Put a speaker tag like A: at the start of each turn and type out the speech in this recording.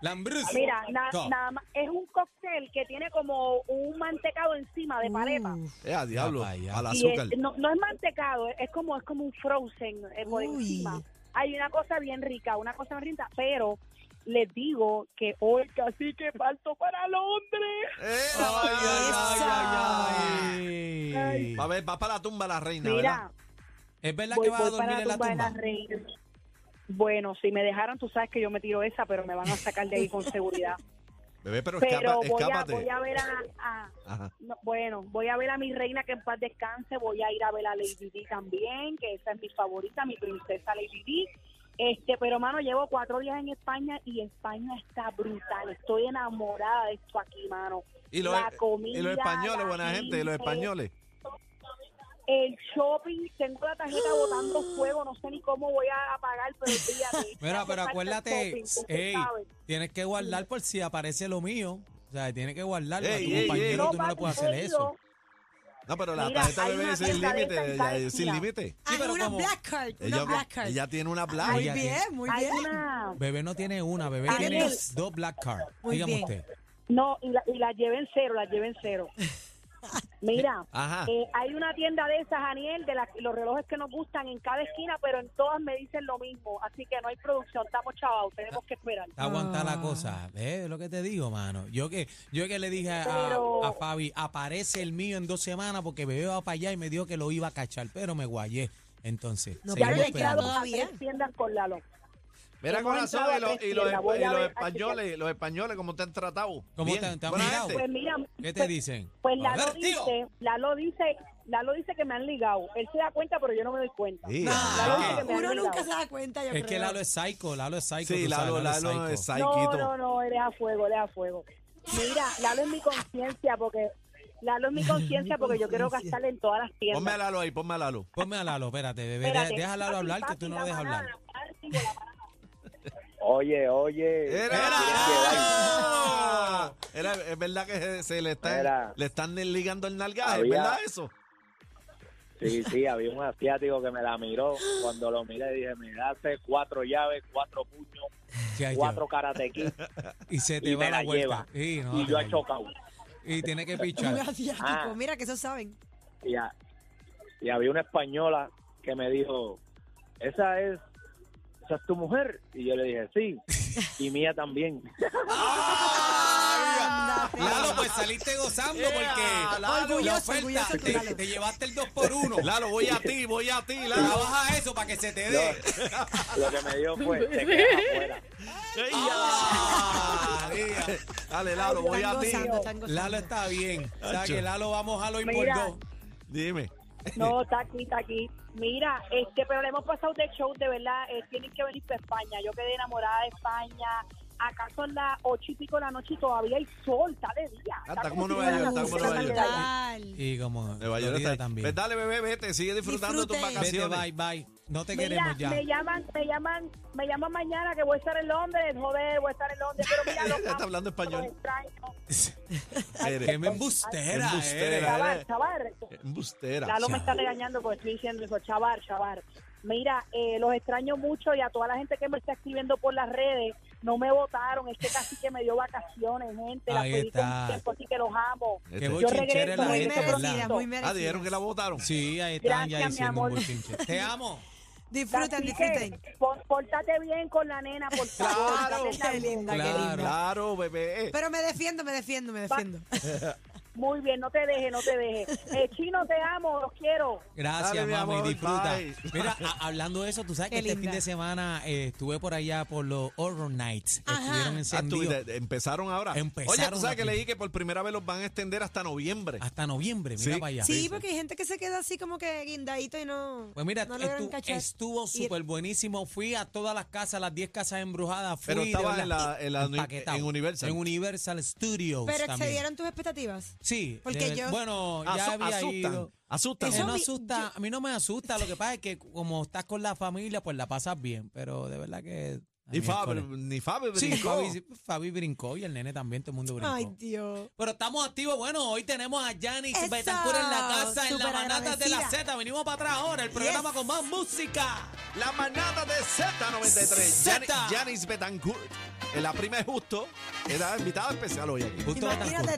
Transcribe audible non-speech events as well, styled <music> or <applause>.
A: Lambrusco.
B: Mira, na-
A: Co.
B: nada más- es un cóctel que tiene como un mantecado encima de paleta.
C: Uh,
D: Eh, a diablo,
A: Ya, pa' allá.
D: al
B: Y este es-
D: azúcar.
B: no, no es mantecado, es como es como un frozen eh,
C: Uy.
B: por encima. Hay una cosa bien rica, una cosa bien rica, pero les digo que hoy casi que falto para Londres.
D: Eh, ay, ay, ay, ay,
A: Ay.
D: ay. Va a ver, va para la tumba la reina,
B: Mira,
A: Es verdad
B: voy,
A: que vas a
B: voy para
A: dormir
B: la
A: en la
B: tumba de
A: tumba.
B: las reinas. Bueno, si me dejaron, tú sabes que yo me tiro esa, pero me van a sacar de ahí con seguridad.
D: ¿verdad? Bebé, pero,
B: Pero
D: escapa-
B: voy a,
D: escápate.
B: voy a ver a, a-
D: Ajá.
B: no, bueno, voy a ver a mi reina que en paz descanse, voy a ir a ver a Lady Di también, que esa es mi favorita, mi princesa Lady Di. Este, pero mano, llevo cuatro días en España y España está brutal. Estoy enamorada de esto aquí, mano.
D: Y los,
B: La comida,
D: y los españoles,
B: la
D: buena gente, y los
B: gente.
D: españoles.
B: El shopping, tengo la tarjeta botando fuego, no sé ni cómo voy a pagar, pero fíjate.
A: Mira,
B: hace
A: pero
B: falta
A: acuérdate,
B: shopping, tú
A: ey,
B: sabes.
A: tienes que guardar por si aparece lo mío. O sea, tienes que guardarlo. a
D: Ey,
A: tu
D: ey, ey.
A: compañero
B: No,
A: tú no le
B: papi,
A: puedes hacer
B: he
A: eso.
B: ido.
D: No, pero la
B: Mira,
D: tarjeta
B: hay
D: bebé
B: una
D: es sin
B: tienda de
D: límite,
B: esas en cada
D: ya es sin
B: esquina.
D: límite.
C: ah,
A: pero
C: una
A: como-
C: black card, una
D: Ella,
C: black card.
D: ella tiene una black.
C: muy
A: Ella
C: bien,
A: tiene-
C: muy
B: Hay
C: bien.
B: una,
A: Bebé no tiene una, bebé
B: Ay,
A: tiene
B: Dios.
A: dos black card.
C: Muy
A: Dígame
C: bien.
A: usted.
B: No, y la, y la lleven cero, la lleven cero. Mira,
D: Ajá.
B: eh, hay una tienda de esas, Aniel, de las- los relojes que nos gustan en cada esquina, pero en todas me dicen lo mismo. Así que no hay producción, estamos chavados, tenemos que esperar.
A: Está aguantada
C: Ah.
A: la cosa. ¿Ves lo que te digo, mano? Yo que yo que le dije a,
B: Pero-
A: a Fabi, aparece el mío en dos semanas porque bebé va para allá y me dijo que lo iba a cachar, pero me guayé. Entonces,
C: No, pero
B: Ya
A: seguimos
B: le he
A: esperando.
B: quedado
C: esperando.
B: a tres tiendas con Lalo.
D: Mira,
B: hemos
D: corazón,
B: entrado
D: y
B: a
D: los,
B: tres
D: y los-
B: tiendas, voy
D: y
B: a
D: los
B: ver a
D: españoles, los españoles, ¿cómo te han tratado?
A: ¿Cómo
D: Bien,
A: te han- te han
D: buena
A: mirado?
D: gente.
B: Pues mira,
A: ¿Qué te
B: pues-
A: dicen?
B: Pues Lalo
A: ¡Albertido!
B: dice, Lalo dice, Lalo dice que me han ligado. Él se da cuenta, pero yo no me doy cuenta.
D: Sí,
A: Claro
D: ah.
B: que me han
C: Uno
B: obligado.
C: nunca se da cuenta, yo
A: Es que
C: creo. <laughs>
A: Lalo es psycho, Lalo es psycho.
D: Sí,
A: tú sabes,
D: Lalo, Lalo es
A: psycho.
B: No,
D: psyquito.
B: no, no, eres a fuego, eres a fuego. Mira, Lalo es mi conciencia porque Lalo es mi conciencia porque yo quiero
C: conciencia.
B: gastarle en todas las tiendas.
D: Ponme a Lalo ahí, ponme a Lalo.
A: Ponme a Lalo, espérate, bebé.
B: Espérate.
A: de- deja a Lalo
B: Papi,
A: hablar, que
B: papi,
A: tú no
B: la
A: lo dejas hablar.
B: manada, papi, la manada.
E: Oye,
A: <laughs>
E: oye.
D: ¡Era! Era, es verdad que se, se le, están,
E: Era.
D: le están ligando el nalgaje, ¿es
E: Había-
D: verdad eso?
E: Sí, sí, había un asiático que me la miró. Cuando lo miré dije, me hace cuatro llaves, cuatro puños,
A: Ya, ya.
E: cuatro karatequí
A: y se te
E: y
A: va
E: me
A: la,
E: la
A: vuelta. <laughs>
E: lleva.
A: Sí, no,
E: y
A: te
E: yo
A: vayas.
E: he chocado.
A: Y tiene que
C: Un
A: pichar.
C: asiático,
E: Ah.
C: mira que eso saben.
E: Y, a- y había una española que me dijo, esa es, esa es tu mujer. Y yo le dije, sí, y mía también. <laughs>
C: Ándate.
A: Lalo, pues saliste gozando
D: Yeah,
A: porque
D: Ah. Lalo.
A: la
C: Orgulloso,
A: oferta,
C: orgulloso tú,
A: te,
C: Lalo.
A: te llevaste el 2 por 1
D: Lalo, voy a ti, voy a ti, Lalo.
A: Trabaja eso para que se te dé.
E: Lo que me dijo fue, te quedas afuera.
D: Ey, ah, María. <laughs> Dale, Lalo, voy a
C: Están
D: ti.
C: gozando, están gozando.
A: Lalo está bien. O sea,
D: Nacho.
A: que Lalo va a mojarlo y por
B: Mira.
A: dos.
D: Dime.
B: No, está aquí, está aquí. Mira, este, pero le hemos pasado de show, de verdad, eh, tienen que venir para España. Yo quedé enamorada de España. Acá son las ocho y pico de la noche y todavía hay sol, está de día.
D: Ah, está como
B: si
D: Nueva
B: fuera
D: York,
B: la
D: está como
B: luna
D: Nueva
B: de
D: York.
B: Gaia.
C: Tal.
A: Y como
D: Nueva York
A: Florida
D: está ahí.
A: también.
D: Pues dale, bebé, vete, sigue disfrutando tus
C: Disfruten.
D: vacaciones.
A: Vete, bye, bye. No te
B: Mira,
A: queremos ya.
B: me llaman, me llaman, me llaman mañana que voy a estar en Londres, joder, voy a estar en Londres, pero
A: <laughs>
B: mira, los
D: Está
B: amo,
D: hablando español.
B: los extraño.
D: Eres
A: que me embustera.
D: Embustera.
A: eres.
B: Chaval, chaval,
A: Eh,
D: Embustera.
B: Lalo me está regañando porque estoy diciendo eso, chaval, chaval. Mira, eh, los extraño mucho y a toda la gente que me está escribiendo por las redes, no me votaron, es que casi que me dio vacaciones, gente, la
A: Ahí
B: pedí con
A: está.
B: tiempo, así que los amo.
D: Este.
A: Qué
B: Yo
A: bochinchera es
B: regreso,
C: Muy
A: la
B: voy
A: gente,
B: pronto.
C: merecida,
A: ¿verdad?
C: muy
D: Ah, dijeron
C: merecida.
D: que la votaron.
A: Sí, ahí están ya
B: Gracias, mi
A: diciendo
B: amor.
A: un bochinche. Te amo.
C: Disfruten,
B: Así que,
C: disfruten.
B: por- Pórtate bien con la nena, por favor.
D: Claro.
B: la nena
C: Qué linda,
A: Claro.
C: qué linda.
D: Claro, bebé.
C: Pero me defiendo, me defiendo, me defiendo.
B: Muy bien, no te deje, no te deje. Eh, chino, te amo, los quiero.
A: Gracias,
D: Dale, mi
A: mami,
D: amor,
A: disfruta.
D: bye.
A: Mira, a- hablando de eso, tú sabes
C: Qué
A: que este
C: linda.
A: fin de semana eh, estuve por allá por los Horror Nights.
C: Ajá.
A: Estuvieron
D: Ah, tú,
A: encendidos
D: de- empezaron ahora.
A: Empezaron Ah,
D: Oye, tú sabes que
A: aquí.
D: leí que por primera vez los van a extender hasta noviembre.
A: hasta noviembre, mira
D: Sí.
A: para allá.
C: Sí, porque hay gente que se queda así como que guindadito y no.
A: Pues mira,
C: no logran
A: estu-
C: cachar.
A: estuvo
C: Y-
A: súper buenísimo. Fui a todas las casas, las 10 casas embrujadas. Fui
D: Pero
A: de
D: estabas
A: verdad,
D: en la- en la-
A: empaquetado.
D: en Universal.
A: En Universal Studios.
C: Pero
A: también.
C: excedieron tus expectativas.
A: Sí.
C: Porque
A: de ver-
C: yo-
A: Bueno, ya
D: Asu-
A: había
D: asustan,
A: ido.
D: asustan.
A: Eso
C: Eso
A: no
C: vi-
A: asusta, a mí no me asusta, lo que pasa es que como estás con la familia, pues la pasas bien, pero de verdad que... a
D: Ni
A: mí
D: Fabi,
A: el cole-
D: ni Fabi
A: Sí,
D: brincó.
A: Fabi, Fabi brincó y el nene también, todo el mundo brincó.
C: Ay, Dios.
A: pero estamos activos, bueno, hoy tenemos a Janis
C: Eso,
A: Betancourt en la casa, en la
C: súper
A: manada de la
C: agradecida.
A: Z, venimos para atrás ahora, el programa con más música.
D: La manada de Z93.
A: Z.
D: eh, Janice Betancourt. En la prima es justo. Era invitada especial hoy aquí.
A: Justo Betancourt.
C: Imagínate